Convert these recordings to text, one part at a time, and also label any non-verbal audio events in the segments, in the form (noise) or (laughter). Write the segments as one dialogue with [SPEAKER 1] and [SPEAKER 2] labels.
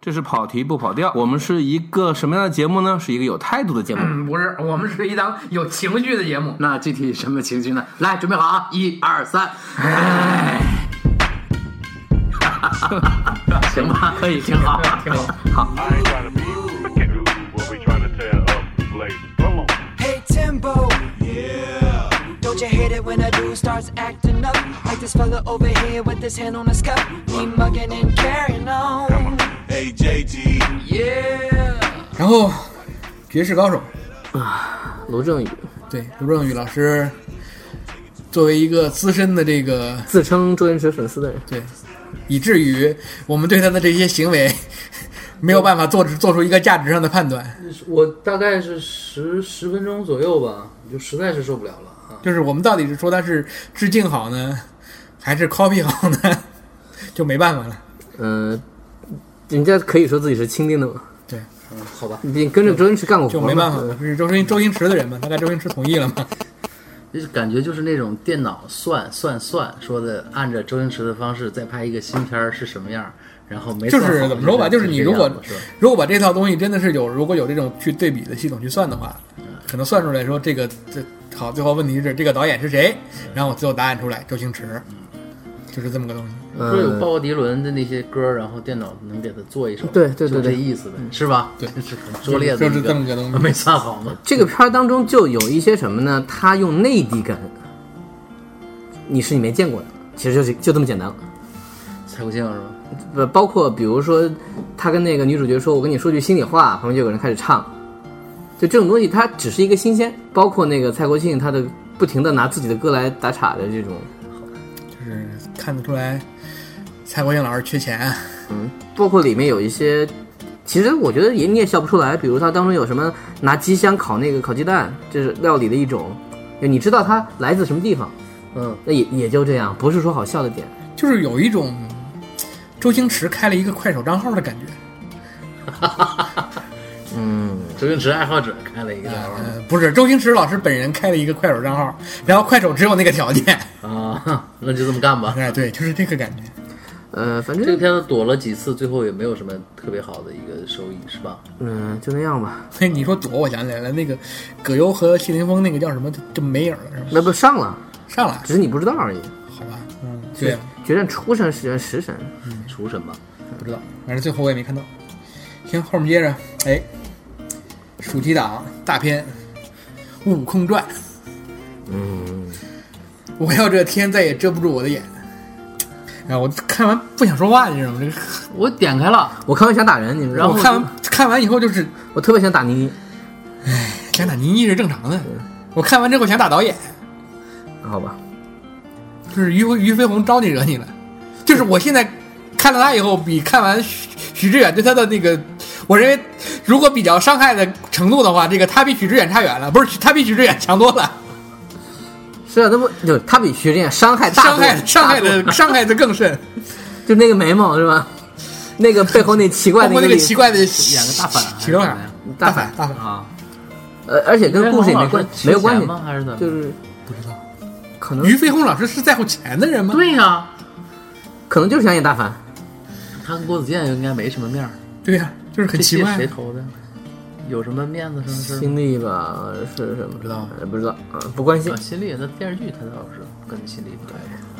[SPEAKER 1] 这是跑题不跑调。我们是一个什么样的节目呢？是一个有态度的节目。
[SPEAKER 2] 嗯，不是，我们是一档有情绪的节目。
[SPEAKER 3] 那具体什么情绪呢？来，准备好啊！一二
[SPEAKER 2] (laughs)
[SPEAKER 3] 三，哎，行吧，可以，挺好，
[SPEAKER 2] (laughs) 挺好。
[SPEAKER 3] 好，
[SPEAKER 4] I ain't trying to be forgetting what we trying to tear up later. Come on.
[SPEAKER 5] Hey Timbo. Yeah. Don't you hate it when a dude starts acting up? Like this fella over here with his hand on his cup. He mugging and carrying on.
[SPEAKER 6] Hey JT.
[SPEAKER 5] Yeah.
[SPEAKER 7] 然后，绝世高手，
[SPEAKER 3] 啊
[SPEAKER 2] 卢正雨
[SPEAKER 7] 对卢正雨老师，作为一个资深的这个
[SPEAKER 2] 自称周星驰粉丝的人，
[SPEAKER 7] 对，以至于我们对他的这些行为 (laughs) 没有办法做做出一个价值上的判断，
[SPEAKER 8] 我大概是十十分钟左右吧，就实在是受不了了啊！
[SPEAKER 7] 就是我们到底是说他是致敬好呢，还是 copy 好呢？ (laughs) 就没办法了。
[SPEAKER 2] 嗯，人家可以说自己是钦定的嘛，
[SPEAKER 7] 对，
[SPEAKER 8] 嗯，好吧，
[SPEAKER 2] 你毕竟跟着周星驰干过活
[SPEAKER 7] 就
[SPEAKER 2] 嘛，
[SPEAKER 7] 没办法
[SPEAKER 2] 嗯
[SPEAKER 7] 了，是周星周星驰的人嘛？大概周星驰同意了嘛？
[SPEAKER 8] 就是感觉就是那种电脑算算算说的，按照周星驰的方式再拍一个新片儿是什么样儿，然后 (laughs) 没
[SPEAKER 7] 就
[SPEAKER 8] 算
[SPEAKER 7] 是
[SPEAKER 8] 好
[SPEAKER 7] 怎么说吧，就是
[SPEAKER 8] 这
[SPEAKER 7] 你
[SPEAKER 8] 样
[SPEAKER 7] 如果
[SPEAKER 8] 子是吧
[SPEAKER 7] 如果把这套东西真的是有如果有这种去对比的系统去算的话，可能算出来说这个这好，最后问题是这个导演是谁，
[SPEAKER 8] 嗯
[SPEAKER 7] 然后我最后答案出来周星驰，就是这么个东西。
[SPEAKER 2] 嗯
[SPEAKER 8] 不是有鲍勃迪伦的那些歌儿，然后电脑能给他做一首，
[SPEAKER 2] 对对对
[SPEAKER 8] 就这
[SPEAKER 2] 对
[SPEAKER 8] 意思呗，是吧？
[SPEAKER 7] 对
[SPEAKER 8] (laughs) 就是很拙劣的一
[SPEAKER 7] 就是这么个东西
[SPEAKER 8] (laughs) 没算好嘛。
[SPEAKER 2] 这个片儿当中就有一些什么呢？他用内地感，你是你没见过的，其实就是就这么简单了。
[SPEAKER 8] 蔡国庆是吧？
[SPEAKER 2] 呃，包括比如说，他跟那个女主角说：“我跟你说句心里话。”旁边就有人开始唱，就这种东西，它只是一个新鲜。包括那个蔡国庆，他的不停的拿自己的歌来打岔的这种，
[SPEAKER 7] 就是看得出来，蔡国庆老师缺钱，
[SPEAKER 2] 包括里面有一些，其实我觉得也你也笑不出来。比如他当中有什么拿鸡香烤那个烤鸡蛋，这是料理的一种，就你知道它来自什么地方，
[SPEAKER 8] 嗯，
[SPEAKER 2] 那也也就这样，不是说好笑的点。
[SPEAKER 7] 就是有一种周星驰开了一个快手账号的感觉。
[SPEAKER 8] 嗯周星驰爱好者开了一个账号
[SPEAKER 7] 呃，不是，周星驰老师本人开了一个快手账号，然后快手只有那个条件。 (laughs)
[SPEAKER 8] 啊， (laughs) 那就这么干吧。
[SPEAKER 7] 哎，对，就是这个感觉。
[SPEAKER 2] 呃，反
[SPEAKER 8] 这个
[SPEAKER 2] 正
[SPEAKER 8] 片子躲了几次，最后也没有什么特别好的一个收益，是吧？
[SPEAKER 2] 嗯、就那样吧。
[SPEAKER 7] 所以你说躲，我想起来了，那个葛优和谢霆锋那个叫什么，就就没影儿了，是吧？
[SPEAKER 2] 那不上了，
[SPEAKER 7] 上来
[SPEAKER 2] 只是你不知道而已。
[SPEAKER 7] 好吧，嗯，对，
[SPEAKER 2] 决战初审、实实审，
[SPEAKER 8] 厨神吧，
[SPEAKER 7] 不知道，反正最后我也没看到。行，后面接着，哎，暑期档大片《悟空传》。嗯，我要这天再也遮不住我的眼。哎，我看完不想说话，你知道吗？这个
[SPEAKER 8] 我点开了，
[SPEAKER 2] 我看完想打人，你们知道
[SPEAKER 7] 我
[SPEAKER 2] 吗？
[SPEAKER 7] 看完看完以后就是
[SPEAKER 2] 我特别想打倪妮，嗯
[SPEAKER 7] 想打倪妮是正常的，我看完之后想打导演，
[SPEAKER 2] 好吧？
[SPEAKER 7] 就是于于飞鸿招你惹你了，就是我现在看了他以后，比看完许许志远对他的那个，我认为如果比较伤害的程度的话，这个他比许志远差远了，不是他比许志远强多了，
[SPEAKER 2] 是啊，那不就他比徐峥伤害大
[SPEAKER 7] 伤
[SPEAKER 2] 多了
[SPEAKER 7] 害伤害
[SPEAKER 2] 大多了
[SPEAKER 7] 的伤害的更甚，
[SPEAKER 2] 就那个眉毛是吧？那个背后那奇怪
[SPEAKER 7] 包 (laughs)
[SPEAKER 2] 的
[SPEAKER 7] 括
[SPEAKER 2] 一
[SPEAKER 7] 那
[SPEAKER 2] 个
[SPEAKER 7] 个奇怪的
[SPEAKER 8] 演个大反还是
[SPEAKER 7] 奇怪
[SPEAKER 8] 怎么样
[SPEAKER 7] 大反大反，
[SPEAKER 8] 啊，
[SPEAKER 2] 呃，而且跟故事也没
[SPEAKER 8] 哎
[SPEAKER 2] 关没有关
[SPEAKER 8] 缺
[SPEAKER 2] 系
[SPEAKER 8] 钱吗？，还是怎么？
[SPEAKER 2] 就是不知道，可能
[SPEAKER 7] 于飞鸿老师是在乎钱的人吗？
[SPEAKER 8] 对呀、
[SPEAKER 2] 可能就是想演大凡，
[SPEAKER 8] 他跟郭子健应该没什么面儿，
[SPEAKER 7] 对呀、就是很
[SPEAKER 8] 这
[SPEAKER 7] 奇
[SPEAKER 8] 戏
[SPEAKER 7] 怪
[SPEAKER 8] 谁。投的？有什么面子上的事儿吗？
[SPEAKER 2] 心力吧是什么？不
[SPEAKER 7] 知道，
[SPEAKER 2] 不知道啊，不关心
[SPEAKER 8] 啊，。心里那电视剧他倒是跟心里拍过，啊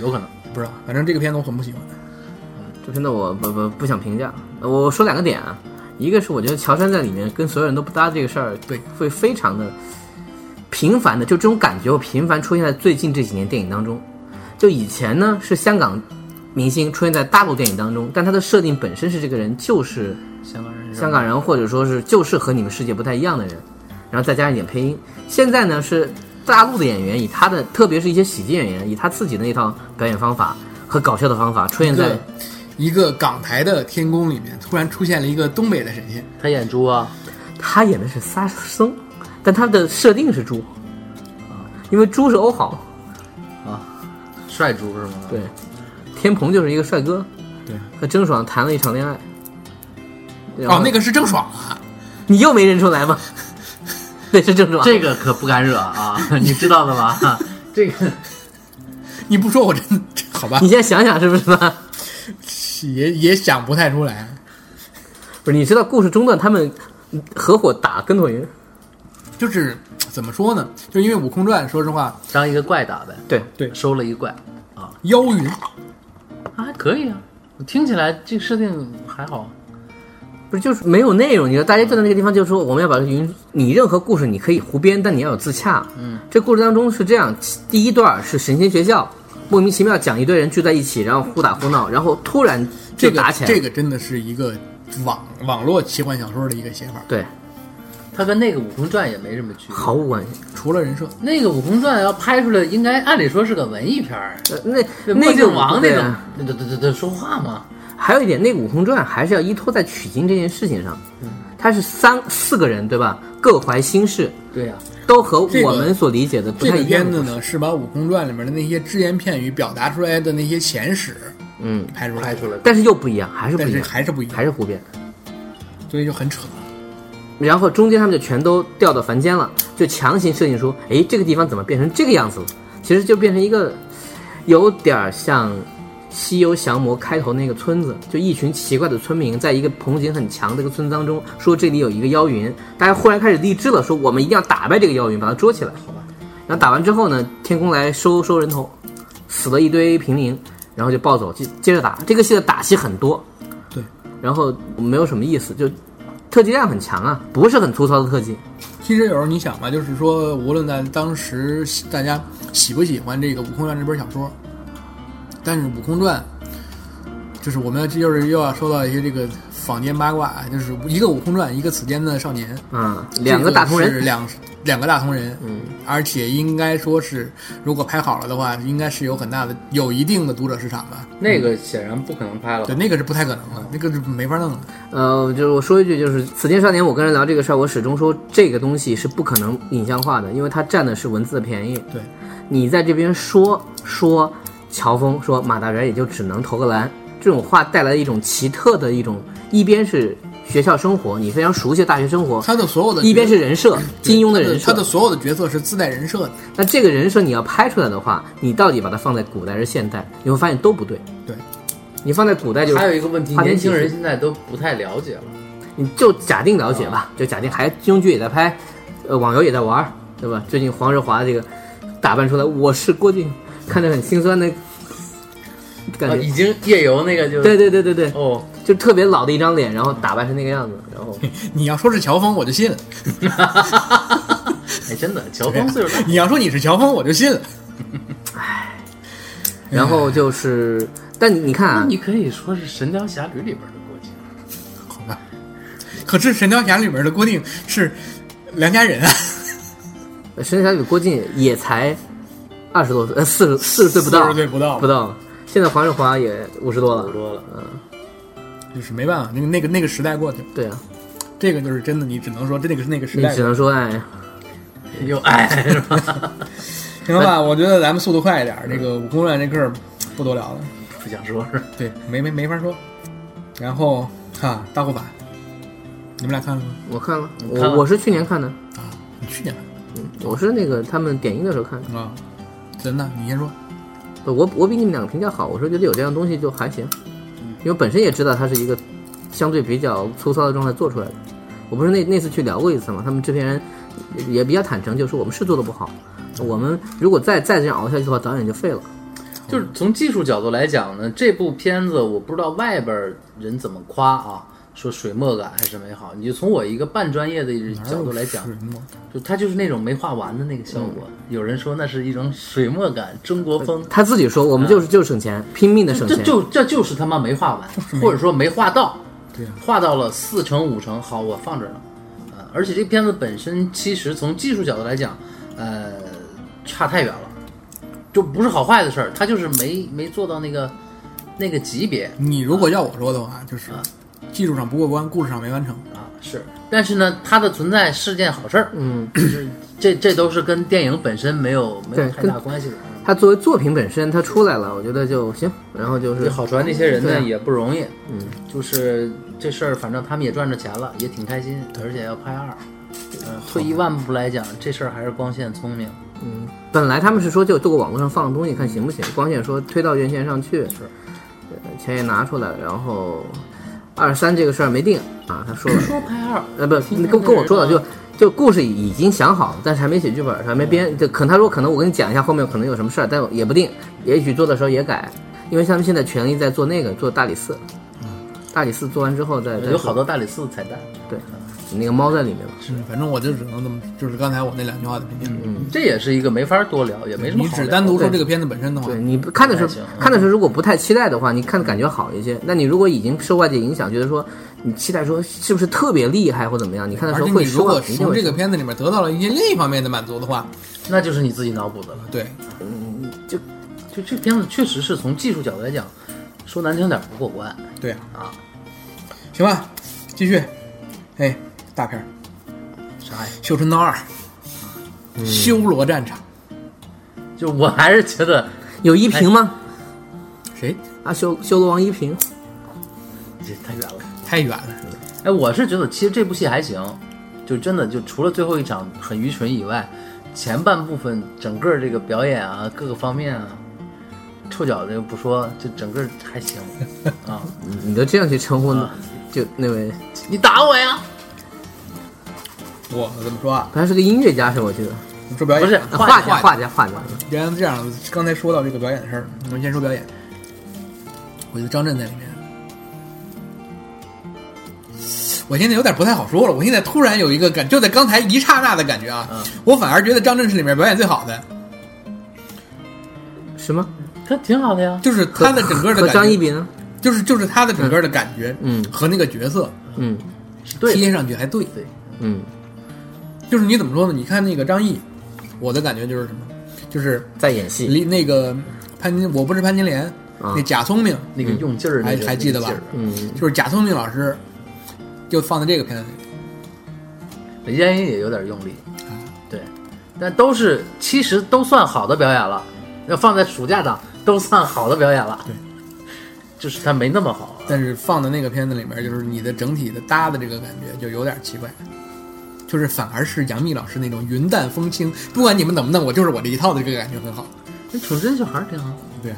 [SPEAKER 8] 有可能。
[SPEAKER 7] 不知道，反正这个片子我很不喜欢。
[SPEAKER 2] 这片子我不不不想评价。我说两个点啊，一个是我觉得乔杉在里面跟所有人都不搭这个事儿，
[SPEAKER 7] 对，
[SPEAKER 2] 会非常的频繁的，就这种感觉会频繁出现在最近这几年电影当中。就以前呢是香港明星出现在大陆电影当中，但他的设定本身是这个人就是
[SPEAKER 8] 香港人，
[SPEAKER 2] 香港人，或者说是就是和你们世界不太一样的人，然后再加上一点配音。现在呢是大陆的演员以他的，特别是一些喜剧演员，以他自己的那套表演方法和搞笑的方法出现在
[SPEAKER 7] 对。一个港台的天宫里面，突然出现了一个东北的神仙，
[SPEAKER 8] 他演猪啊，
[SPEAKER 2] 他演的是沙僧，但他的设定是猪，啊因为猪是欧豪，
[SPEAKER 8] 啊帅猪是吗？
[SPEAKER 2] 对，天蓬就是一个帅哥，
[SPEAKER 7] 对，
[SPEAKER 2] 和郑爽谈了一场恋
[SPEAKER 8] 哦
[SPEAKER 2] 爱。然
[SPEAKER 7] 哦
[SPEAKER 2] 后，
[SPEAKER 7] 那个是郑爽啊，
[SPEAKER 2] 你又没认出来吗？ (laughs) 对，是郑爽。
[SPEAKER 8] 这个可不敢惹啊， (laughs) 你知道的吧？ (laughs) 这个
[SPEAKER 7] 你不说我真好吧
[SPEAKER 2] (laughs) 你？现在想想是不是吧？
[SPEAKER 7] 也也想不太出来。
[SPEAKER 2] 不是，你知道故事中段他们合伙打跟头云，
[SPEAKER 7] 就是怎么说呢？就是因为《悟空传》，说实话，
[SPEAKER 8] 当一个怪打呗，
[SPEAKER 2] 对
[SPEAKER 7] 对
[SPEAKER 8] 收了一怪啊，
[SPEAKER 7] 妖云
[SPEAKER 8] 啊还可以啊，听起来这个设定还好，啊
[SPEAKER 2] 不是就是没有内容，你知道，大家站在那个地方就说我们要把这云，你任何故事你可以胡编，但你要有自洽。嗯，这故事当中是这样，第一段是神仙学校，莫名其妙讲一堆人聚在一起，然后互打互闹，然后突然
[SPEAKER 7] 这
[SPEAKER 2] 就
[SPEAKER 7] 个
[SPEAKER 2] 打起来了。
[SPEAKER 7] 这个真的是一个网网络奇幻小说的一个写法，
[SPEAKER 2] 对，
[SPEAKER 8] 它跟那个《悟空传》也没什么区别。
[SPEAKER 2] 毫无关系。
[SPEAKER 7] 除了人设，
[SPEAKER 8] 那个《悟空传》要拍出来，应该按理说是个文艺片儿，
[SPEAKER 2] 呃那
[SPEAKER 8] 那
[SPEAKER 2] 那
[SPEAKER 8] 墨
[SPEAKER 2] 个
[SPEAKER 8] 镜王那
[SPEAKER 2] 对啊
[SPEAKER 8] 种，对对对对对，说话嘛，
[SPEAKER 2] 还有一点，那个《悟空传》还是要依托在取经这件事情上。
[SPEAKER 7] 嗯
[SPEAKER 2] 他是三四个人对吧？各怀心事，
[SPEAKER 8] 对啊呀、
[SPEAKER 2] 都和
[SPEAKER 7] 这个
[SPEAKER 2] 我们所理解的不
[SPEAKER 7] 这
[SPEAKER 2] 太
[SPEAKER 7] 个
[SPEAKER 2] 一样
[SPEAKER 7] 片子
[SPEAKER 2] 的故事。
[SPEAKER 7] 呢是把《悟空传》里面的那些只言片语表达出来的那些前史
[SPEAKER 2] 嗯，
[SPEAKER 7] 拍出来
[SPEAKER 8] 拍，出来
[SPEAKER 2] 但是又不一样，还是不
[SPEAKER 7] 但
[SPEAKER 2] 一
[SPEAKER 7] 是
[SPEAKER 2] 样，
[SPEAKER 7] 还是不一样，
[SPEAKER 2] 还是胡编。
[SPEAKER 7] 所以就很扯。
[SPEAKER 2] 然后中间他们就全都掉到凡间了，就强行设定说，哎，这个地方怎么变成这个样子了？其实就变成一个有点儿像《西游降魔》开头那个村子，就一群奇怪的村民在一个棚景很强的一个村子当中，说这里有一个妖云，大家忽然开始立志了，说我们一定要打败这个妖云，把它捉起来。然后打完之后呢，天宫来收收人头，死了一堆平民，然后就暴走，接接着打。这个戏的打戏很多，
[SPEAKER 7] 对，
[SPEAKER 2] 然后没有什么意思，就特技量很强啊，不是很粗糙的特技。
[SPEAKER 7] 其实有时候你想吧，就是说，无论在当时大家喜不喜欢这个《悟空传》这本小说，但是《悟空传》就是我们这就是又要说到一些这个坊间八卦，啊就是一个《悟空传》，一个《此间的少年》，
[SPEAKER 2] 嗯，两个大同
[SPEAKER 7] 这
[SPEAKER 2] 人
[SPEAKER 7] 是，两两个大同人，嗯，而且应该说是，如果拍好了的话，应该是有很大的有一定的读者市场吧。嗯
[SPEAKER 8] 那个显然不可能拍了
[SPEAKER 7] 对，。那个是不太可能了，
[SPEAKER 2] 嗯
[SPEAKER 7] 那个是没法弄了。
[SPEAKER 2] 呃，就是我说一句，就是《此间少年》，我跟人聊这个事儿，我始终说这个东西是不可能影像化的，因为它占的是文字的便宜。
[SPEAKER 7] 对，
[SPEAKER 2] 你在这边说说乔峰说马大元也就只能投个篮，这种话带来一种奇特的一种，一边是学校生活，你非常熟悉的大学生活，
[SPEAKER 7] 他的所有的
[SPEAKER 2] 一边是人设，金庸的人
[SPEAKER 7] 他的
[SPEAKER 2] 设。
[SPEAKER 7] 所有的角色是自带人设的。 (laughs)
[SPEAKER 2] 那这个人设你要拍出来的话，你到底把它放在古代还是现代，你会发现都不对。
[SPEAKER 7] 对，
[SPEAKER 2] 你放在古代就是
[SPEAKER 8] 还有一个问题，
[SPEAKER 2] 花田
[SPEAKER 8] 年
[SPEAKER 2] 喜
[SPEAKER 8] 轻
[SPEAKER 2] 事
[SPEAKER 8] 人现在都不太了解了。
[SPEAKER 2] 你就假定了解
[SPEAKER 8] 啊
[SPEAKER 2] 吧，就假定还金庸剧也在拍，呃，网游也在玩儿，对吧？最近黄日华这个打扮出来，我是郭靖，看着很心酸的感
[SPEAKER 8] 啊，
[SPEAKER 2] 觉。
[SPEAKER 8] 已经夜游那个就
[SPEAKER 2] 对对对对对，
[SPEAKER 8] 哦，
[SPEAKER 2] 就特别老的一张脸，然后打扮成那个样子，然后
[SPEAKER 7] 你要说是乔峰，我就信了；
[SPEAKER 8] 哎，真的，乔
[SPEAKER 7] (laughs)
[SPEAKER 8] 峰岁数大，
[SPEAKER 7] 你要说你是乔峰，我就信了。
[SPEAKER 2] 然后就是，但你
[SPEAKER 8] (laughs)
[SPEAKER 2] 看
[SPEAKER 8] 那
[SPEAKER 2] 啊，
[SPEAKER 8] 你可以说是《神雕侠侣》里边的郭靖。
[SPEAKER 7] 好吧，可是《神雕侠侣》里面的郭靖是梁家
[SPEAKER 2] (laughs)
[SPEAKER 7] 人啊，
[SPEAKER 2] 神侠侣郭靖也才二十多岁，呃，四十四十岁
[SPEAKER 7] (laughs)
[SPEAKER 2] 不到，
[SPEAKER 7] 40岁不到
[SPEAKER 2] 不到。现在黄日华也五十多了，
[SPEAKER 8] 哦多了，
[SPEAKER 7] 就是没办法，那个那个那个时代过去了，
[SPEAKER 2] 对啊，
[SPEAKER 7] 这个就是真的，你只能说这个是那个时
[SPEAKER 2] 你
[SPEAKER 7] 代
[SPEAKER 2] 只。能说哎，
[SPEAKER 8] 有爱是吧？
[SPEAKER 7] 行了吧，我觉得咱们速度快一点，这个《悟空传》这事儿不多聊了，
[SPEAKER 8] 不想说是吧
[SPEAKER 7] 对，没没没法说。然后哈，大护法，你们俩看了吗？
[SPEAKER 2] 我看了，
[SPEAKER 8] 看了
[SPEAKER 2] 我我是去年看的，
[SPEAKER 7] 啊，你去年看
[SPEAKER 2] 我是那个他们点映的时候看的。
[SPEAKER 7] 的啊？真的？你先说。
[SPEAKER 2] 我我比你们两个评价好，我是觉得有这样东西就还行，
[SPEAKER 8] 嗯
[SPEAKER 2] 因为本身也知道它是一个相对比较粗糙的状态做出来的。我不是那那次去聊过一次嘛，他们制片人也比较坦诚，就说我们是做的不好，我们如果再再这样熬下去的话，导演就废了。
[SPEAKER 8] 就是从技术角度来讲呢，这部片子我不知道外边人怎么夸啊，说水墨感还是什么也好，你就从我一个半专业的角度来讲
[SPEAKER 7] 哪，有水嗯墨
[SPEAKER 8] 就它就是那种没画完的那个效果。有人说那是一种水墨感，中国风。
[SPEAKER 2] 他自己说我们就是就是省钱，拼命的省
[SPEAKER 8] 嗯这
[SPEAKER 2] 钱。
[SPEAKER 8] 就这就是他妈没画完，或者说没画到，
[SPEAKER 7] 对啊
[SPEAKER 8] 画到了四成五成，好，我放这儿了，呃，而且这片子本身其实从技术角度来讲，呃，差太远了，就不是好坏的事儿，他就是没没做到那个那个级别
[SPEAKER 7] 你如果要我说的话，就是
[SPEAKER 8] 啊
[SPEAKER 7] 技术上不过关，故事上没完成。
[SPEAKER 8] 啊，是，但是呢，它的存在是件好事儿，
[SPEAKER 2] 嗯，
[SPEAKER 8] 就是这这都是跟电影本身没有没有
[SPEAKER 2] 对
[SPEAKER 8] 太
[SPEAKER 2] 跟
[SPEAKER 8] 大关系的。啊
[SPEAKER 2] 他作为作品本身，他出来了，我觉得就行。然后就
[SPEAKER 8] 这
[SPEAKER 2] 是
[SPEAKER 8] 好传那些人
[SPEAKER 2] 对
[SPEAKER 8] 呢
[SPEAKER 2] 啊
[SPEAKER 8] 也不容易，嗯，就是这事儿，反正他们也赚着钱了，也挺开心，而且要拍二。呃，退一万步来讲，这事儿还是光线聪明，
[SPEAKER 2] 本来他们是说就做个网络上放的东西看行不行，光线呃说推到院线上去，是，钱也拿出来，然后二三这个事儿没定，啊，他说了，
[SPEAKER 8] 说拍二，
[SPEAKER 2] 呃，不，
[SPEAKER 8] 听
[SPEAKER 2] 你
[SPEAKER 8] 他
[SPEAKER 2] 跟跟
[SPEAKER 8] 那
[SPEAKER 2] 我说了，
[SPEAKER 8] 人
[SPEAKER 2] 就
[SPEAKER 8] 啊
[SPEAKER 2] 就故事已经想好，但是还没写剧本，还没编，
[SPEAKER 8] 嗯
[SPEAKER 2] 就可能他说可能我跟你讲一下后面可能有什么事儿，但也不定，也许做的时候也改，因为他们现在全力在做那个做大理寺，大理寺做完之后再再
[SPEAKER 8] 嗯有
[SPEAKER 2] 做
[SPEAKER 8] 好多大理寺彩蛋，
[SPEAKER 2] 对，那个猫在里面嘛，
[SPEAKER 7] 是，嗯反正我就只能这么，就是刚才我那两句话的评价。
[SPEAKER 8] 这也是一个没法多聊，也没什么
[SPEAKER 7] 你
[SPEAKER 8] 好聊的。
[SPEAKER 7] 只单独说这个片子本身的话
[SPEAKER 2] 对，你不看的时候
[SPEAKER 8] 不太行，
[SPEAKER 2] 看的时候如果不太期待的话，你看的感觉好一些。那你如果已经受外界影响，觉得说你期待说是不是特别厉害或怎么样，你看的
[SPEAKER 7] 而
[SPEAKER 2] 时候
[SPEAKER 7] 且
[SPEAKER 2] 会
[SPEAKER 7] 你如
[SPEAKER 2] 失望
[SPEAKER 7] 果，
[SPEAKER 2] 一定
[SPEAKER 7] 从
[SPEAKER 2] 会
[SPEAKER 7] 这个
[SPEAKER 2] 失
[SPEAKER 7] 片子里面得到了一些另一方面的满足的话，
[SPEAKER 8] 那就是你自己脑补的了。
[SPEAKER 7] 对，
[SPEAKER 8] 就这片子确实是从技术角度来讲，说难听点不过关。
[SPEAKER 7] 对啊
[SPEAKER 8] 啊，
[SPEAKER 7] 行吧，继续，哎，大片儿
[SPEAKER 8] 啥呀？
[SPEAKER 7] 《绣春刀二》修罗战场，
[SPEAKER 8] 就我还是觉得
[SPEAKER 2] 望有依萍吗？
[SPEAKER 7] 谁
[SPEAKER 2] 啊，修修罗王依萍，
[SPEAKER 8] 这太远了。
[SPEAKER 7] 太远了，
[SPEAKER 8] 哎，我是觉得其实这部戏还行，就真的就除了最后一场很愚蠢以外，前半部分整个这个表演啊，各个方面啊，臭脚子就不说，就整个还
[SPEAKER 7] (laughs)
[SPEAKER 8] 行啊。
[SPEAKER 2] 你都这样去称呼呢
[SPEAKER 8] 啊，
[SPEAKER 2] 就那位
[SPEAKER 8] 你打我呀？
[SPEAKER 7] 我怎么说啊？
[SPEAKER 2] 他是个音乐家是吧我记得，
[SPEAKER 7] 说表演
[SPEAKER 8] 不是
[SPEAKER 2] 啊画
[SPEAKER 7] 哎家
[SPEAKER 2] 家画家画家，
[SPEAKER 7] 然后这样，刚才说到这个表演的事儿，我们先说表演。我觉得张震在里面，我现在有点不太好说了。我现在突然有一个感，就在刚才一刹那的感觉啊，我反而觉得张震是里面表演最好的，
[SPEAKER 2] 什么
[SPEAKER 8] 他挺好的呀。
[SPEAKER 7] 就是
[SPEAKER 2] 和
[SPEAKER 7] 他的整个的
[SPEAKER 2] 和
[SPEAKER 7] 感
[SPEAKER 2] 张一
[SPEAKER 7] 觉，
[SPEAKER 2] 斌，
[SPEAKER 7] 就是就是他的整个的感觉，
[SPEAKER 2] 嗯
[SPEAKER 7] 和那个角色
[SPEAKER 2] 嗯
[SPEAKER 8] 对
[SPEAKER 7] 贴上去还对，
[SPEAKER 8] 对，嗯
[SPEAKER 2] 嗯，
[SPEAKER 7] 就是你怎么说呢？你看那个张译，我的感觉就是什么，就是
[SPEAKER 2] 在演戏，
[SPEAKER 7] 离那个潘金，我不是潘金莲，
[SPEAKER 2] 啊
[SPEAKER 7] 那假聪明，
[SPEAKER 8] 那个用劲儿那
[SPEAKER 7] 嗯还
[SPEAKER 8] 个，
[SPEAKER 7] 还记得吧
[SPEAKER 8] 那个劲儿
[SPEAKER 2] 嗯
[SPEAKER 7] 就是贾聪明老师，就放在这个片子里。
[SPEAKER 8] 雷佳音也有点用力
[SPEAKER 7] 啊，
[SPEAKER 8] 对，但都是其实都算好的表演了，要放在暑假档都算好的表演了。
[SPEAKER 7] 对，
[SPEAKER 8] 就是他没那么好。
[SPEAKER 7] 但是放在那个片子里面，就是你的整体的搭的这个感觉就有点奇怪，就是反而是杨幂老师那种云淡风轻，不管你们怎么弄，我就是我这一套的这个感觉很好。
[SPEAKER 8] 那宠哎真小孩儿挺好，
[SPEAKER 7] 对啊，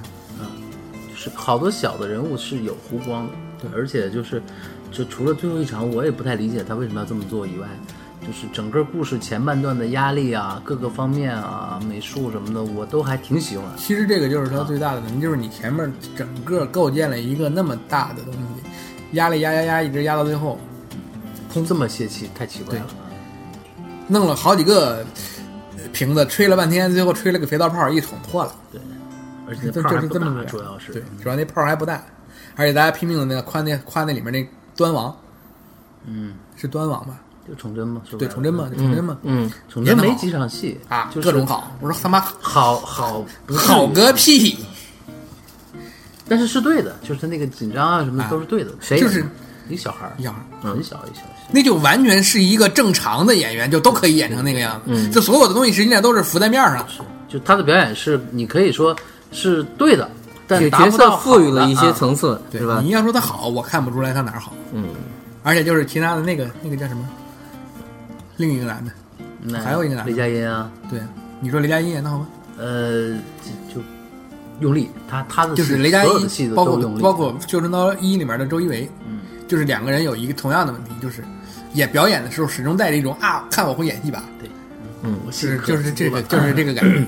[SPEAKER 8] 是好多小的人物是有弧光的，对，而且就是，就除了最后一场，我也不太理解他为什么要这么做以外，就是整个故事前半段的压力啊，各个方面啊，美术什么的，我都还挺喜欢。
[SPEAKER 7] 其实这个就是
[SPEAKER 8] 啊
[SPEAKER 7] 它最大的问题，就是你前面整个构建了一个那么大的东西，压力压压压，一直压到最后，
[SPEAKER 8] 空这么泄气太奇怪了啊。
[SPEAKER 7] 弄了好几个呃瓶子，吹了半天，最后吹了个肥皂泡，一捅破了。
[SPEAKER 8] 而且
[SPEAKER 7] 就
[SPEAKER 8] 那
[SPEAKER 7] 就
[SPEAKER 8] 胖还
[SPEAKER 7] 是
[SPEAKER 8] 不
[SPEAKER 7] 这么
[SPEAKER 8] 大，
[SPEAKER 7] 个
[SPEAKER 8] 主要是嗯
[SPEAKER 7] 对，主要那炮儿还不大，而且大家拼命的那个夸那夸那里面那端王，
[SPEAKER 8] 嗯，
[SPEAKER 7] 是端王吧？
[SPEAKER 8] 就崇祯嘛，说白
[SPEAKER 7] 对，
[SPEAKER 8] 了
[SPEAKER 7] 崇祯嘛，，崇祯嘛，
[SPEAKER 2] 嗯，
[SPEAKER 8] 崇祯
[SPEAKER 7] 演得
[SPEAKER 8] 没
[SPEAKER 7] 好
[SPEAKER 8] 几场戏
[SPEAKER 7] 啊，
[SPEAKER 8] 就是
[SPEAKER 7] 各种 (laughs) 好，我说他妈
[SPEAKER 8] 好好不至于
[SPEAKER 7] 好个屁，
[SPEAKER 8] 但是是对的，就是他那个紧张啊什么的
[SPEAKER 7] 啊
[SPEAKER 8] 都是对的。
[SPEAKER 2] 谁
[SPEAKER 7] 就
[SPEAKER 2] 演
[SPEAKER 7] 是嗯
[SPEAKER 2] 的
[SPEAKER 8] 一小孩儿，
[SPEAKER 7] 一小孩儿
[SPEAKER 8] 很小一小小。
[SPEAKER 7] 那就完全是一个正常的演员，就都可以演成那个样子，
[SPEAKER 8] 嗯
[SPEAKER 7] 就所有的东西实际上都是浮在面上，
[SPEAKER 8] 就他的表演是你可以说是对的，但
[SPEAKER 2] 给
[SPEAKER 8] 达
[SPEAKER 2] 角
[SPEAKER 8] 不到
[SPEAKER 2] 色
[SPEAKER 8] 好
[SPEAKER 2] 赋予
[SPEAKER 8] 的
[SPEAKER 2] 了一些
[SPEAKER 8] 啊
[SPEAKER 2] 层次，
[SPEAKER 7] 对
[SPEAKER 2] 是吧
[SPEAKER 7] 你？要说他好，我看不出来他哪儿好，嗯，而且就是其他的那个那个叫什么，另一个男的，
[SPEAKER 8] 那
[SPEAKER 7] 还有一个哪儿
[SPEAKER 8] 雷佳音啊，
[SPEAKER 7] 对，你说雷佳音演的好吗？
[SPEAKER 8] 呃，就就用力，他他的
[SPEAKER 7] 就是
[SPEAKER 8] 戏
[SPEAKER 7] 雷佳
[SPEAKER 8] 所有的戏
[SPEAKER 7] 音，
[SPEAKER 8] 都
[SPEAKER 7] 包
[SPEAKER 8] 都
[SPEAKER 7] 括
[SPEAKER 8] 用力
[SPEAKER 7] 包括《绣春刀一》里面的周一围，
[SPEAKER 8] 嗯，
[SPEAKER 7] 就是两个人有一个同样的问题，就是也表演的时候始终带着一种啊，看我会演戏吧，
[SPEAKER 8] 嗯我
[SPEAKER 7] 就是
[SPEAKER 8] 可
[SPEAKER 7] 就是这
[SPEAKER 8] 服
[SPEAKER 7] 个
[SPEAKER 8] 了
[SPEAKER 7] 就是这个感觉，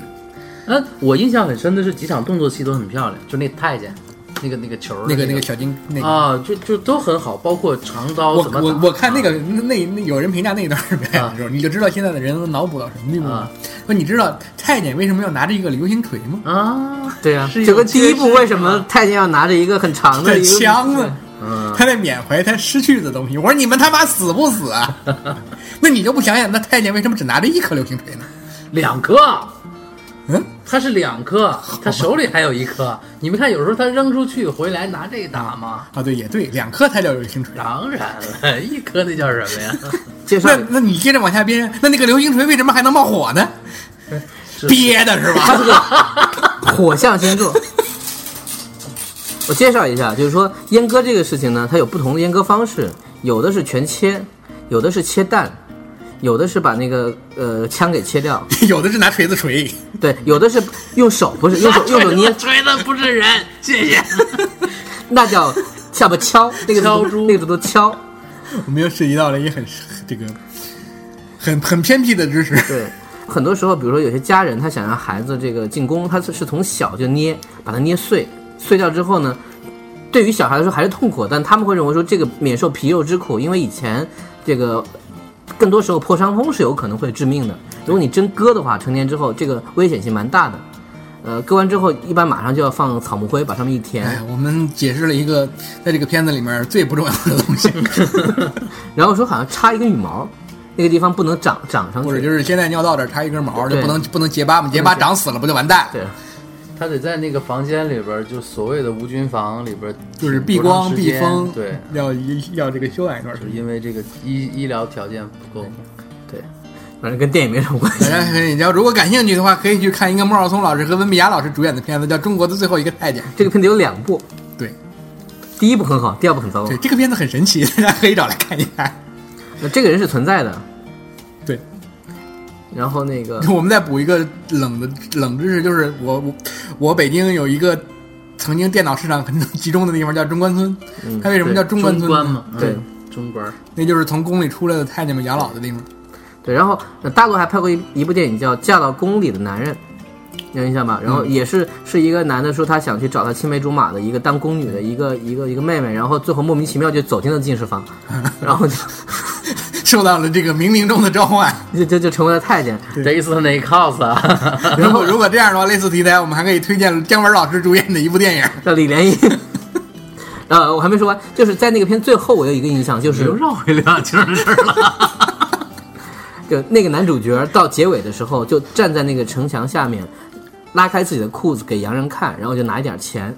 [SPEAKER 8] 嗯，我印象很深的是几场动作戏都很漂亮，就那太监，那个那个球儿的，
[SPEAKER 7] 那个那
[SPEAKER 8] 那
[SPEAKER 7] 个小金那个，
[SPEAKER 8] 啊，就就都很好，包括长刀
[SPEAKER 7] 我
[SPEAKER 8] 怎么
[SPEAKER 7] 我
[SPEAKER 8] 打啊
[SPEAKER 7] 我看那个那那有人评价那一段表演的时候， (laughs) 你就知道现在的人脑补到什么地步了
[SPEAKER 8] 啊。
[SPEAKER 7] 说你知道太监为什么要拿着一个流星锤吗？
[SPEAKER 8] 啊，
[SPEAKER 2] 对呀，
[SPEAKER 8] 是
[SPEAKER 2] 这
[SPEAKER 8] 有
[SPEAKER 2] 跟第一
[SPEAKER 8] 缺
[SPEAKER 2] 部
[SPEAKER 8] 失
[SPEAKER 2] 为什么太监要拿着一个很长的
[SPEAKER 7] 这
[SPEAKER 2] 一个
[SPEAKER 7] 枪啊呢？
[SPEAKER 8] 嗯，
[SPEAKER 7] 他在缅怀他失去的东西。我说你们他妈死不
[SPEAKER 8] (laughs)
[SPEAKER 7] 死啊？那你就不想想，那太监为什么只拿着一颗流星锤呢？
[SPEAKER 8] 两颗。
[SPEAKER 7] 嗯，
[SPEAKER 8] 他是两颗，他手里还有一颗。你们看，有时候他扔出去回来拿这打吗？
[SPEAKER 7] 啊，对，也对，两颗才叫流星锤。
[SPEAKER 8] 当然了，一颗那叫什么呀？
[SPEAKER 2] 介绍
[SPEAKER 7] 那那你接着往下编，那那个流星锤为什么还能冒火呢？
[SPEAKER 8] 哎
[SPEAKER 7] 憋的是吧？ (laughs)
[SPEAKER 2] 火象星座。我介绍一下，就是说阉割这个事情呢，它有不同的阉割方式，有的是全切，有的是切蛋，有的是把那个呃枪给切掉，
[SPEAKER 7] 有的是拿锤子锤，
[SPEAKER 2] 对，有的是用手，不
[SPEAKER 8] (laughs)
[SPEAKER 2] 是用手用手捏，
[SPEAKER 8] 锤的不是人，谢谢。
[SPEAKER 2] 那叫下巴敲，那个
[SPEAKER 8] 敲
[SPEAKER 2] 都
[SPEAKER 8] 猪
[SPEAKER 2] 那个都敲。
[SPEAKER 7] 我们又涉及到了一个很这个很很偏僻的知识。
[SPEAKER 2] 对，很多时候，比如说有些家人他想让孩子这个进攻，他是是从小就捏，把它捏碎，碎掉之后呢，对于小孩来说还是痛苦，但他们会认为说这个免受皮肉之苦，因为以前这个更多时候破伤风是有可能会致命的，如果你真割的话，成年之后这个危险性蛮大的。呃，割完之后一般马上就要放草木灰，把它们一填，
[SPEAKER 7] 哎，我们解释了一个在这个片子里面最不重要的东西，
[SPEAKER 2] (laughs) 然后说好像插一根羽毛，那个地方不能长长上
[SPEAKER 7] 或者
[SPEAKER 2] 去。
[SPEAKER 7] 就是现在尿道这儿插一根毛就
[SPEAKER 2] 对
[SPEAKER 7] 不能不能结疤嘛，结疤长死了不就完蛋？
[SPEAKER 2] 对，
[SPEAKER 8] (laughs) 他得在那个房间里边儿，就所谓的无菌房里边儿，
[SPEAKER 7] 就是避
[SPEAKER 8] 多长
[SPEAKER 7] 光
[SPEAKER 8] 时
[SPEAKER 7] 避
[SPEAKER 8] 间
[SPEAKER 7] 风，
[SPEAKER 8] 对，
[SPEAKER 7] 要一要这个修养一段时
[SPEAKER 8] 就是
[SPEAKER 7] 间。
[SPEAKER 8] 因为这个医医疗条件不够。
[SPEAKER 2] 反正跟电影没什么关系
[SPEAKER 7] 大。家可以，要如果感兴趣的话，可以去看一个莫少聪老师和温碧霞老师主演的片子，叫《中国的最后一个太监》。
[SPEAKER 2] 这个片子有两部，
[SPEAKER 7] 对
[SPEAKER 2] 第一部很好，第二部很糟糕
[SPEAKER 7] 对，。这个片子很神奇， (laughs) 大家可以找来看一看。
[SPEAKER 2] 那这个人是存在的，
[SPEAKER 7] 对，
[SPEAKER 2] 然后那
[SPEAKER 7] (laughs)
[SPEAKER 2] 个
[SPEAKER 7] 我们再补一个冷的冷知识，就是我我我北京有一个曾经电脑市场很集中的地方叫中关村，它为什么叫中关
[SPEAKER 8] 关
[SPEAKER 7] 村呢？
[SPEAKER 8] 嘛，嗯
[SPEAKER 2] 对，
[SPEAKER 8] 中关儿。
[SPEAKER 7] 那就是从宫里出来的太监们养老的地方。
[SPEAKER 2] 对，然后呃大陆还拍过一一部电影叫《嫁到宫里的男人》，有印象
[SPEAKER 7] 嗯
[SPEAKER 2] 吧？然后也是是一个男的说他想去找他青梅竹马的一个当宫女的一个一个一个妹妹，然后最后莫名其妙就走进了进
[SPEAKER 7] (laughs)
[SPEAKER 2] 士房，然后就
[SPEAKER 7] 受到了这个冥冥中的召唤。
[SPEAKER 2] 就 (laughs) 就就成为了太监。
[SPEAKER 8] This n a cause 啊，
[SPEAKER 7] 如果如果这样的话，类似题材我们还可以推荐姜文老师主演的一部电影，
[SPEAKER 2] 叫李莲英。 (laughs) 呃，我还没说完，就是在那个片最后，我有一个印象，就是
[SPEAKER 8] 又 (laughs) 绕回刘晓庆的事儿了。
[SPEAKER 2] 就那个男主角到结尾的时候，就站在那个城墙下面，拉开自己的裤子给洋人看，然后就拿一点钱，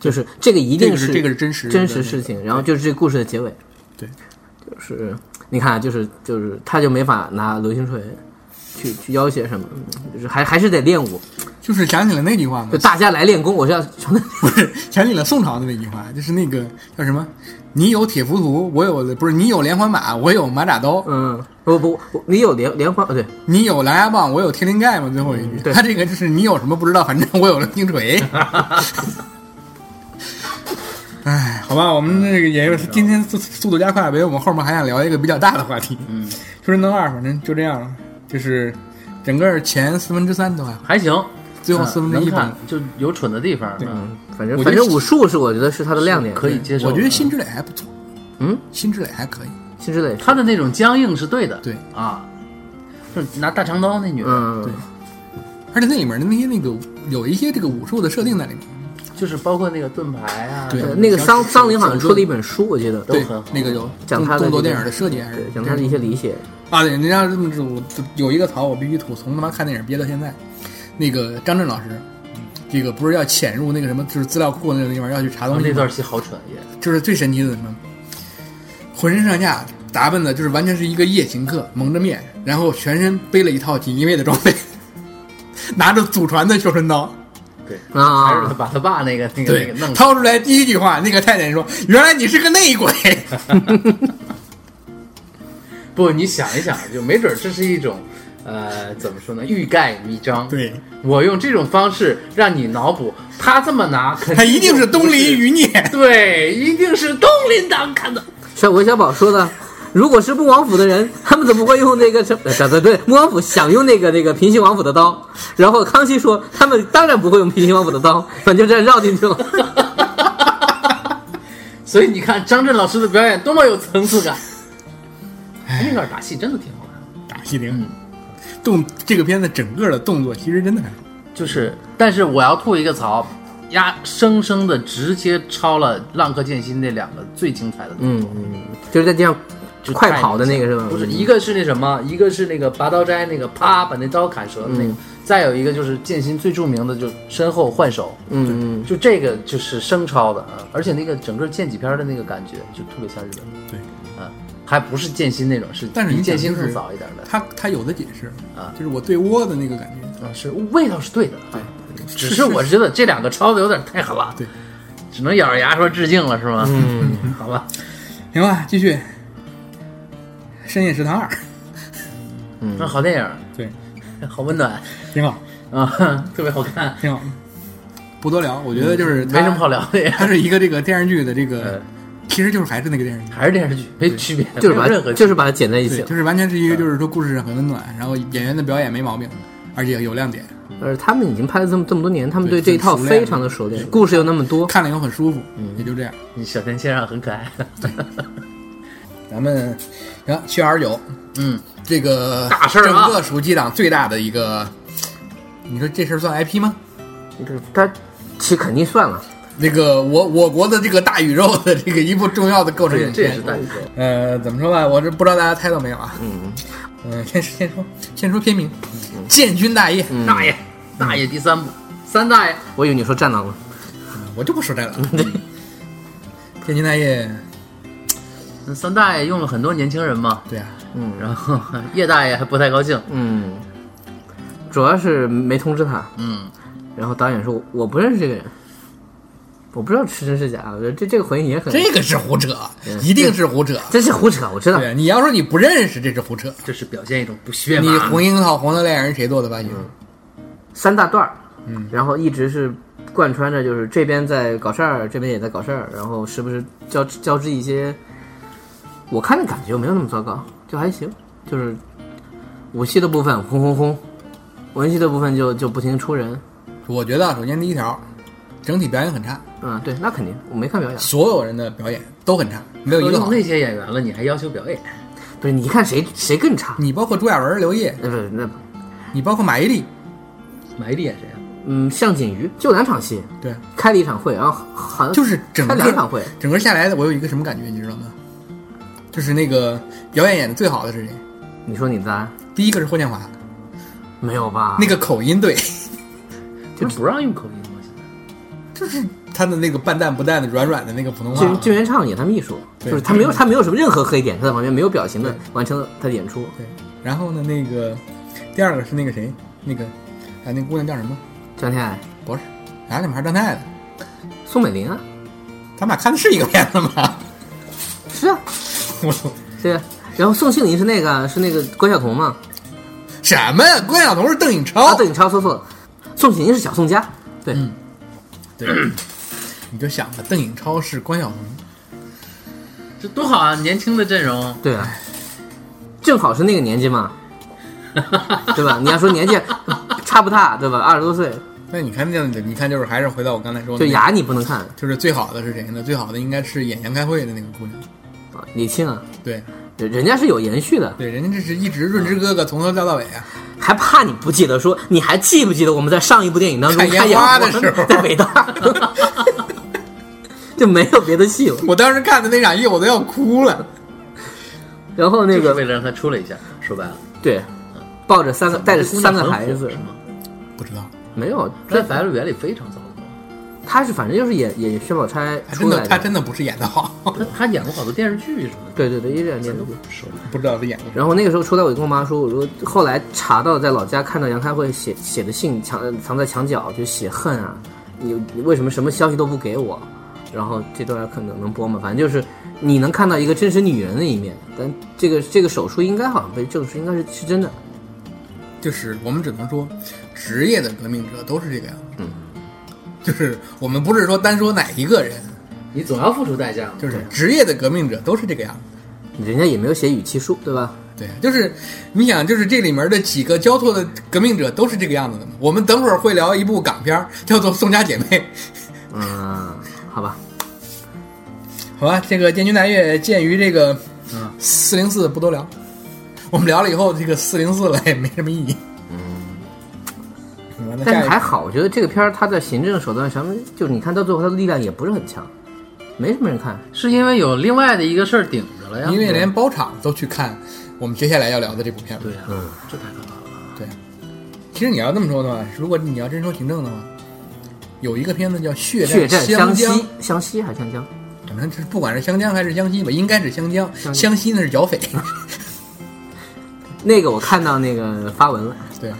[SPEAKER 2] 就是这个一
[SPEAKER 7] 这
[SPEAKER 2] 定
[SPEAKER 7] 个是这个是真实的
[SPEAKER 2] 真
[SPEAKER 7] 那
[SPEAKER 2] 实
[SPEAKER 7] 个
[SPEAKER 2] 事情，然后就是这个故事的结尾。
[SPEAKER 7] 对，
[SPEAKER 2] 就是你看啊，就是就是他就没法拿流星锤去去要挟什么，就是还还是得练武，
[SPEAKER 7] 就是想起了那句话嘛
[SPEAKER 2] 就，大家来练功，我是要从
[SPEAKER 7] 不是想起了宋朝的那句话，就是那个叫什么？你有铁浮屠，我有不是你有连环马，我有马甲刀，
[SPEAKER 2] 嗯不不，不你有连连环哦对，
[SPEAKER 7] 你有狼牙棒，我有天灵盖嘛。最后一句，
[SPEAKER 2] 对
[SPEAKER 7] 他这个就是你有什么不知道，反正我有了
[SPEAKER 8] (laughs)
[SPEAKER 7] 钉锤。哎，好吧，我们这个也就是今天速速度加快，因为我们后面还想聊一个比较大的话题。嗯，《求生能二》反正就这样了，就是整个前四分之三都还好，
[SPEAKER 8] 还行，
[SPEAKER 7] 最后
[SPEAKER 8] 嗯
[SPEAKER 7] 四分之一
[SPEAKER 8] 能
[SPEAKER 7] 吧
[SPEAKER 8] 看就有蠢的地方，嗯，
[SPEAKER 2] 反正
[SPEAKER 7] 我觉
[SPEAKER 2] 反
[SPEAKER 7] 得
[SPEAKER 2] 正武术是我觉得是他的亮点，
[SPEAKER 8] 可以
[SPEAKER 2] 对
[SPEAKER 8] 接受。
[SPEAKER 7] 我觉得
[SPEAKER 8] 嗯
[SPEAKER 7] 新之磊还不错，
[SPEAKER 2] 嗯，
[SPEAKER 7] 新之磊还可以。
[SPEAKER 2] 新之磊
[SPEAKER 8] (laughs) 他的那种僵硬是对的，
[SPEAKER 7] 对
[SPEAKER 8] 啊， (laughs) 就是拿大长刀那女的，
[SPEAKER 2] 嗯
[SPEAKER 7] 对而且那里面的那些那个有一些这个武术的设定在里面，
[SPEAKER 8] 就是包括那个盾牌啊，
[SPEAKER 7] 对
[SPEAKER 2] 呃那个桑桑林好像出了一本书，我记得
[SPEAKER 8] 都
[SPEAKER 7] 对
[SPEAKER 8] 很好，
[SPEAKER 7] 那个有
[SPEAKER 2] 讲他的
[SPEAKER 7] 动作
[SPEAKER 2] 这个
[SPEAKER 7] 电影的设计还是
[SPEAKER 2] 对讲他的一些理解。
[SPEAKER 7] 啊，对，人家这么我有一个槽，我必须吐，从他妈看电影憋到现在。那个张震老师，
[SPEAKER 8] 嗯
[SPEAKER 7] 这个不是要潜入那个什么，就是资料库那个地方要去查
[SPEAKER 8] 然
[SPEAKER 7] 东
[SPEAKER 8] 后
[SPEAKER 7] 西
[SPEAKER 8] 啊那
[SPEAKER 7] 吗，
[SPEAKER 8] 段戏好蠢也，
[SPEAKER 7] 就是最神奇的是什么，浑身上下打扮的就是完全是一个夜行客，蒙着面，然后全身背了一套锦衣卫的装备， (laughs) 拿着祖传的绣春刀，
[SPEAKER 8] 对
[SPEAKER 2] 啊
[SPEAKER 8] 还是把他爸那个那个那个弄死，
[SPEAKER 7] 掏出来第一句话，那个太监说：“原来你是个
[SPEAKER 8] (laughs)
[SPEAKER 7] 内鬼。
[SPEAKER 8] 不，你想一想，就没准这是一种。呃，怎么说呢？欲盖弥彰。
[SPEAKER 7] 对，
[SPEAKER 8] 我用这种方式让你脑补，他这么 (laughs) 拿，肯”
[SPEAKER 7] 他一定是东
[SPEAKER 8] 林
[SPEAKER 7] 篱
[SPEAKER 8] (laughs)
[SPEAKER 7] 余孽。
[SPEAKER 8] 对，一定是东林党看的。 (laughs)
[SPEAKER 2] 小韦小宝说的，如果是穆王府的人，他们怎么会用那个什？呃对对，穆王府想用那个那个平西王府的刀，然后康熙说他们当然不会用平西王府的刀，反正就这样绕进去了。
[SPEAKER 7] (laughs)
[SPEAKER 8] 所以你看张震老师的表演多么有层次感。哎，那段打戏真的挺好看的，
[SPEAKER 7] 打戏灵，动这个片子整个的动作其实真的还好。
[SPEAKER 8] 就是，但是我要吐一个槽，呀，生生的直接超了《浪客剑心》那两个最精彩的动作。
[SPEAKER 2] 嗯嗯，就是在地上
[SPEAKER 8] 就太
[SPEAKER 2] 快跑的那个是吧？嗯
[SPEAKER 8] 不是，一个是那什么，一个是那个拔刀斋那个啪把那刀砍折的那个，
[SPEAKER 2] 嗯
[SPEAKER 8] 再有一个就是剑心最著名的就是身后换手，
[SPEAKER 2] 嗯嗯
[SPEAKER 8] 就这个就是生抄的啊，而且那个整个剑戟片的那个感觉就特别像日本，
[SPEAKER 7] 对，
[SPEAKER 8] 啊，还不是剑心那种，是
[SPEAKER 7] 但是
[SPEAKER 8] 离
[SPEAKER 7] 你
[SPEAKER 8] 剑
[SPEAKER 7] 讲
[SPEAKER 8] 心
[SPEAKER 7] 就
[SPEAKER 8] 更
[SPEAKER 7] 是
[SPEAKER 8] 早一点的
[SPEAKER 7] 他他有的解释
[SPEAKER 8] 啊
[SPEAKER 7] 就是我对窝的那个感觉。
[SPEAKER 8] 啊，是味道是对的，啊，只是我觉得这两个抄的有点太狠了，
[SPEAKER 7] 对，
[SPEAKER 8] 只能咬着牙说致敬了是吗？嗯， (laughs) 好吧，
[SPEAKER 7] 行吧，继续《深夜食堂二》
[SPEAKER 2] 嗯
[SPEAKER 8] 那好电
[SPEAKER 7] 对，
[SPEAKER 8] 影，好温暖
[SPEAKER 7] 挺好，
[SPEAKER 8] 啊， (laughs) 特别好看，
[SPEAKER 7] 挺好，不多聊。我觉得就是
[SPEAKER 8] 嗯没什么好聊的呀。嗯
[SPEAKER 7] 它是一个这个电视剧的这个其实就是还是那个电视剧。
[SPEAKER 8] 还是电视剧，没区别，
[SPEAKER 2] 就是
[SPEAKER 8] 没有
[SPEAKER 2] 把
[SPEAKER 8] 任何
[SPEAKER 2] 就是
[SPEAKER 8] 区
[SPEAKER 2] 把它剪在一起
[SPEAKER 7] 对，
[SPEAKER 2] 了。
[SPEAKER 7] 就是完全是一
[SPEAKER 8] 嗯
[SPEAKER 7] 个，就是说故事很温暖，然后演员的表演没毛病，而且有亮点，
[SPEAKER 2] 而他们已经拍了这么这么多年，他们
[SPEAKER 7] 对
[SPEAKER 2] 对这一套
[SPEAKER 7] 很熟练
[SPEAKER 2] 非常的熟练，故事又那么多，
[SPEAKER 7] 看了以后很舒服，
[SPEAKER 8] 嗯
[SPEAKER 7] 也就这样。
[SPEAKER 8] (laughs) 别。你小天线上很可爱，
[SPEAKER 7] 咱们然后去 R 九，
[SPEAKER 8] 嗯，
[SPEAKER 7] 这个
[SPEAKER 8] 大事儿啊
[SPEAKER 7] 整个暑期档最大的一个，你说这事儿算 IP 吗？
[SPEAKER 2] 他其实肯定算了。
[SPEAKER 7] 那个我我国的这个大宇宙的这个一部重要的构成影
[SPEAKER 8] 这也
[SPEAKER 7] 片
[SPEAKER 8] 是，大宇宙。
[SPEAKER 7] 呃，怎么说吧，我这不知道大家猜到没有啊？嗯，呃，先先说先说片名，《建军大业》，
[SPEAKER 8] 嗯大爷，大爷第三部，三大爷，
[SPEAKER 2] 我以为你说战狼了，
[SPEAKER 7] 嗯我就不说这了。
[SPEAKER 8] 嗯
[SPEAKER 7] (laughs) 建军大业，
[SPEAKER 8] (laughs) 那三大爷用了很多年轻人嘛，
[SPEAKER 7] 对啊，
[SPEAKER 8] 然后 (laughs) 叶大爷还不太高兴，
[SPEAKER 2] 嗯，主要是没通知他，
[SPEAKER 8] 嗯，
[SPEAKER 2] 然后导演说我不认识这个人，我不知道是真是假，我觉得这这个回应也很，
[SPEAKER 7] 这个是胡扯，
[SPEAKER 8] 嗯
[SPEAKER 7] 一定是胡扯。
[SPEAKER 2] 这是胡扯，我知道，
[SPEAKER 7] 对，啊你要说你不认识，这是胡扯。
[SPEAKER 8] 这是表现一种不屑
[SPEAKER 7] 你
[SPEAKER 8] 嘛。
[SPEAKER 7] 红樱桃、黄色恋人谁做的吧？你
[SPEAKER 8] 嗯
[SPEAKER 2] 三大段儿，嗯，然后一直是贯穿着，就是这边在搞事儿，这边也在搞事儿，然后时不时交交织一些，我看的感觉没有那么糟糕，就还行，就是武器的部分轰轰轰，文戏的部分就就不停出人，
[SPEAKER 7] 我觉得啊首先第一条，整体表演很差，
[SPEAKER 2] 嗯，对，那肯定，我没看表演，
[SPEAKER 7] 所有人的表演都很差，没有
[SPEAKER 8] 都
[SPEAKER 7] 一个好
[SPEAKER 2] 呃
[SPEAKER 8] 用。那些演员了，你还要求表演？
[SPEAKER 2] 不是你看谁谁更差，
[SPEAKER 7] 你包括朱亚文、刘烨，
[SPEAKER 2] 呃，不是那
[SPEAKER 7] 你包括马伊琍，
[SPEAKER 8] 埋地演谁啊？
[SPEAKER 2] 嗯，向锦瑜就两场戏，
[SPEAKER 7] 对，
[SPEAKER 2] 开了一场会，然后好像
[SPEAKER 7] 就是整
[SPEAKER 2] 开呃两场
[SPEAKER 7] 个
[SPEAKER 2] 会，
[SPEAKER 7] 整个下来，我有一个什么感觉，你知道吗？就是那个表演演的最好的是谁？
[SPEAKER 2] 你说你在
[SPEAKER 7] 第一个是霍建华，
[SPEAKER 2] 没有吧？
[SPEAKER 7] 那个口音对，
[SPEAKER 8] 就不让用口音吗？现在
[SPEAKER 7] 就是他的那个半淡不淡的、软软的那个普通
[SPEAKER 2] 金
[SPEAKER 7] 话。
[SPEAKER 2] 金元畅演他秘书，
[SPEAKER 7] 对
[SPEAKER 2] 就是他没有他没有什么任何黑点，他在旁边没有表情的完成了他的演出。
[SPEAKER 7] 对，然后呢，那个第二个是那个谁，那个哎，那姑娘叫什么？
[SPEAKER 2] 张天爱、
[SPEAKER 7] 不是，哪里嘛还是张太太？
[SPEAKER 2] 宋美龄啊，
[SPEAKER 7] 咱们俩看的是一个片子吗？ (laughs)
[SPEAKER 2] 是啊，
[SPEAKER 7] 我
[SPEAKER 2] 对啊。然后宋庆龄是那个是那个关晓彤嘛？
[SPEAKER 7] 什么呀？关晓彤是邓颖
[SPEAKER 2] 啊，
[SPEAKER 7] 超，
[SPEAKER 2] 对，你抄错错了，宋庆龄是小宋佳。对，
[SPEAKER 7] 嗯 (clears throat) 你就想吧，邓颖超是关晓彤，
[SPEAKER 8] 这多好啊，年轻的阵容，
[SPEAKER 2] 对啊，正好是那个年
[SPEAKER 7] (laughs)
[SPEAKER 2] 纪嘛，对吧？你要说年纪差不大，对吧？二十多岁，
[SPEAKER 7] 那你看那样子，你看就是还是回到我刚才说的、
[SPEAKER 2] 就
[SPEAKER 7] 那个，
[SPEAKER 2] 牙你不能看啊，
[SPEAKER 7] 就是最好的是谁呢？最好的应该是演杨开慧的那个姑娘，
[SPEAKER 2] 李沁啊，
[SPEAKER 7] 对
[SPEAKER 2] 人人家是有延续的，
[SPEAKER 7] 对，人家这是一直润之哥哥从头聊到尾啊，
[SPEAKER 2] 还怕你不记得说？你还记不记得我们在上一部电影当中
[SPEAKER 7] 看烟
[SPEAKER 2] 看烟
[SPEAKER 7] 花
[SPEAKER 2] 花
[SPEAKER 7] 的时候
[SPEAKER 2] 在北
[SPEAKER 7] (laughs)
[SPEAKER 2] 大， (laughs) 就没有别的戏了。
[SPEAKER 7] 我当时看的那场戏我都要哭了，
[SPEAKER 2] 然后那
[SPEAKER 8] 就是为
[SPEAKER 2] 个
[SPEAKER 8] 了让他出来一下。说白了，
[SPEAKER 2] 对，抱着
[SPEAKER 7] 嗯
[SPEAKER 2] 三个带着
[SPEAKER 8] 这姑
[SPEAKER 2] 三
[SPEAKER 8] 娘
[SPEAKER 2] 个
[SPEAKER 8] 很
[SPEAKER 2] 孩
[SPEAKER 8] 火
[SPEAKER 2] 子
[SPEAKER 8] 是，吗？
[SPEAKER 7] 不知道，
[SPEAKER 2] 没有，
[SPEAKER 8] 在《白鹿原》里非常糟糕，
[SPEAKER 2] 他是反正就是演演薛宝钗
[SPEAKER 7] 他真
[SPEAKER 2] 出
[SPEAKER 7] 的
[SPEAKER 2] 来
[SPEAKER 7] 他真的不是演的好， (laughs)
[SPEAKER 8] 他他演过好多电视剧什么的，
[SPEAKER 2] 对对对，一点点都不。
[SPEAKER 8] 不熟。
[SPEAKER 7] 不知道他演过啥。
[SPEAKER 2] 然后那个时候出来，我就跟我妈说，我说后来查到在老家看到杨开慧写写的信藏藏在墙角，就写恨啊，你你为什么什么消息都不给我？然后这段可能能播吗？反正就是你能看到一个真实女人的一面，但这个这个手术应该好像被证实应该是是真的。
[SPEAKER 7] 就是我们只能说，职业的革命者都是这个样子。嗯，就是我们不是说单说哪一个人，
[SPEAKER 8] 你总要付出代价嘛。
[SPEAKER 7] 就是职业的革命者都是这个样子。
[SPEAKER 2] 人家也没有写语气书，对吧？
[SPEAKER 7] 对，啊就是你想，就是这里面的几个交错的革命者都是这个样子的嘛。我们等会儿会聊一部港片儿，叫做《宋家姐妹》，
[SPEAKER 2] 嗯，好吧，
[SPEAKER 7] 好吧？这个《建军大业》鉴于这个，嗯，四零四不多聊，我们聊了以后，这个四零四了也没什么意义。嗯，完了，
[SPEAKER 2] 但
[SPEAKER 7] 下
[SPEAKER 2] 是
[SPEAKER 7] 一
[SPEAKER 2] 还
[SPEAKER 7] 个
[SPEAKER 2] 好，我觉得这个片儿它在行政手段上面，就是你看到最后它的力量也不是很强，没什么人看。
[SPEAKER 8] 是因为有另外的一个事儿顶着了呀。
[SPEAKER 7] 因为连包场都去看我们接下来要聊的这部片子。
[SPEAKER 8] 对呀，
[SPEAKER 2] 嗯
[SPEAKER 8] 这太可怕了。
[SPEAKER 7] 对，其实你要这么说的话，如果你要真说行政的话，有一个片子叫《血
[SPEAKER 2] 血战
[SPEAKER 7] 湘
[SPEAKER 2] 湘
[SPEAKER 7] 江》，
[SPEAKER 2] 西，湘西还是湘江？
[SPEAKER 7] 反正这不管是湘江还是湘西吧，应该是湘啊江。湘西那是剿 (laughs) 匪，
[SPEAKER 2] 那个我看到那个发文了，
[SPEAKER 7] 对，啊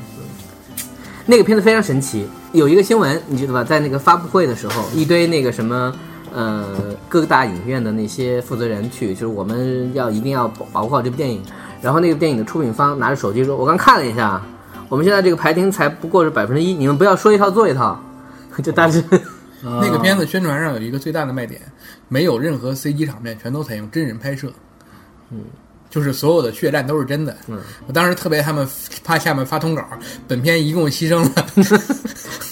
[SPEAKER 2] 那个片子非常神奇。有一个新闻，你记得吧？在那个发布会的时候，一堆那个什么，呃，各大影院的那些负责人去，就是我们要一定要保保护好这部电影。然后那个电影的出品方拿着手机说：“我刚看了一下， (laughs) 我们现在这个排停才不过是百分之一，你们不要说一套做一套。”就大致
[SPEAKER 7] 那个片子宣传上有一个最大的卖点，没有任何 CG 场面，全都采用真人拍摄。嗯，就是所有的血战都是真的。嗯，我当时特别他们怕下面发通稿，本片一共牺牲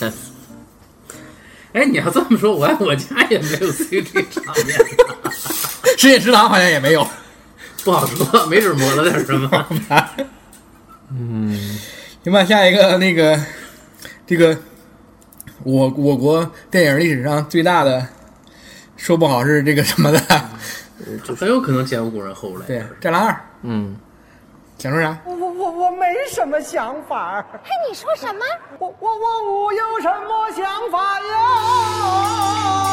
[SPEAKER 7] 了 (laughs)
[SPEAKER 8] 哎，你要这么说，我爱我家也没有 CG 场面，
[SPEAKER 7] 深夜食堂，好像也没有。
[SPEAKER 8] 不好说，没准磨了点什么。
[SPEAKER 7] 嗯，行吧，下一个那个这个我我国电影历史上最大的，说不好是这个什么的，
[SPEAKER 8] 嗯就很有可能前无古人后无来
[SPEAKER 7] 对
[SPEAKER 8] 者。，
[SPEAKER 7] 《战狼二》
[SPEAKER 2] 嗯，
[SPEAKER 7] 想说啥？
[SPEAKER 6] 我我我没什么想法儿，
[SPEAKER 9] 嘿，你说什么？
[SPEAKER 6] 我我我我有什么想法呀？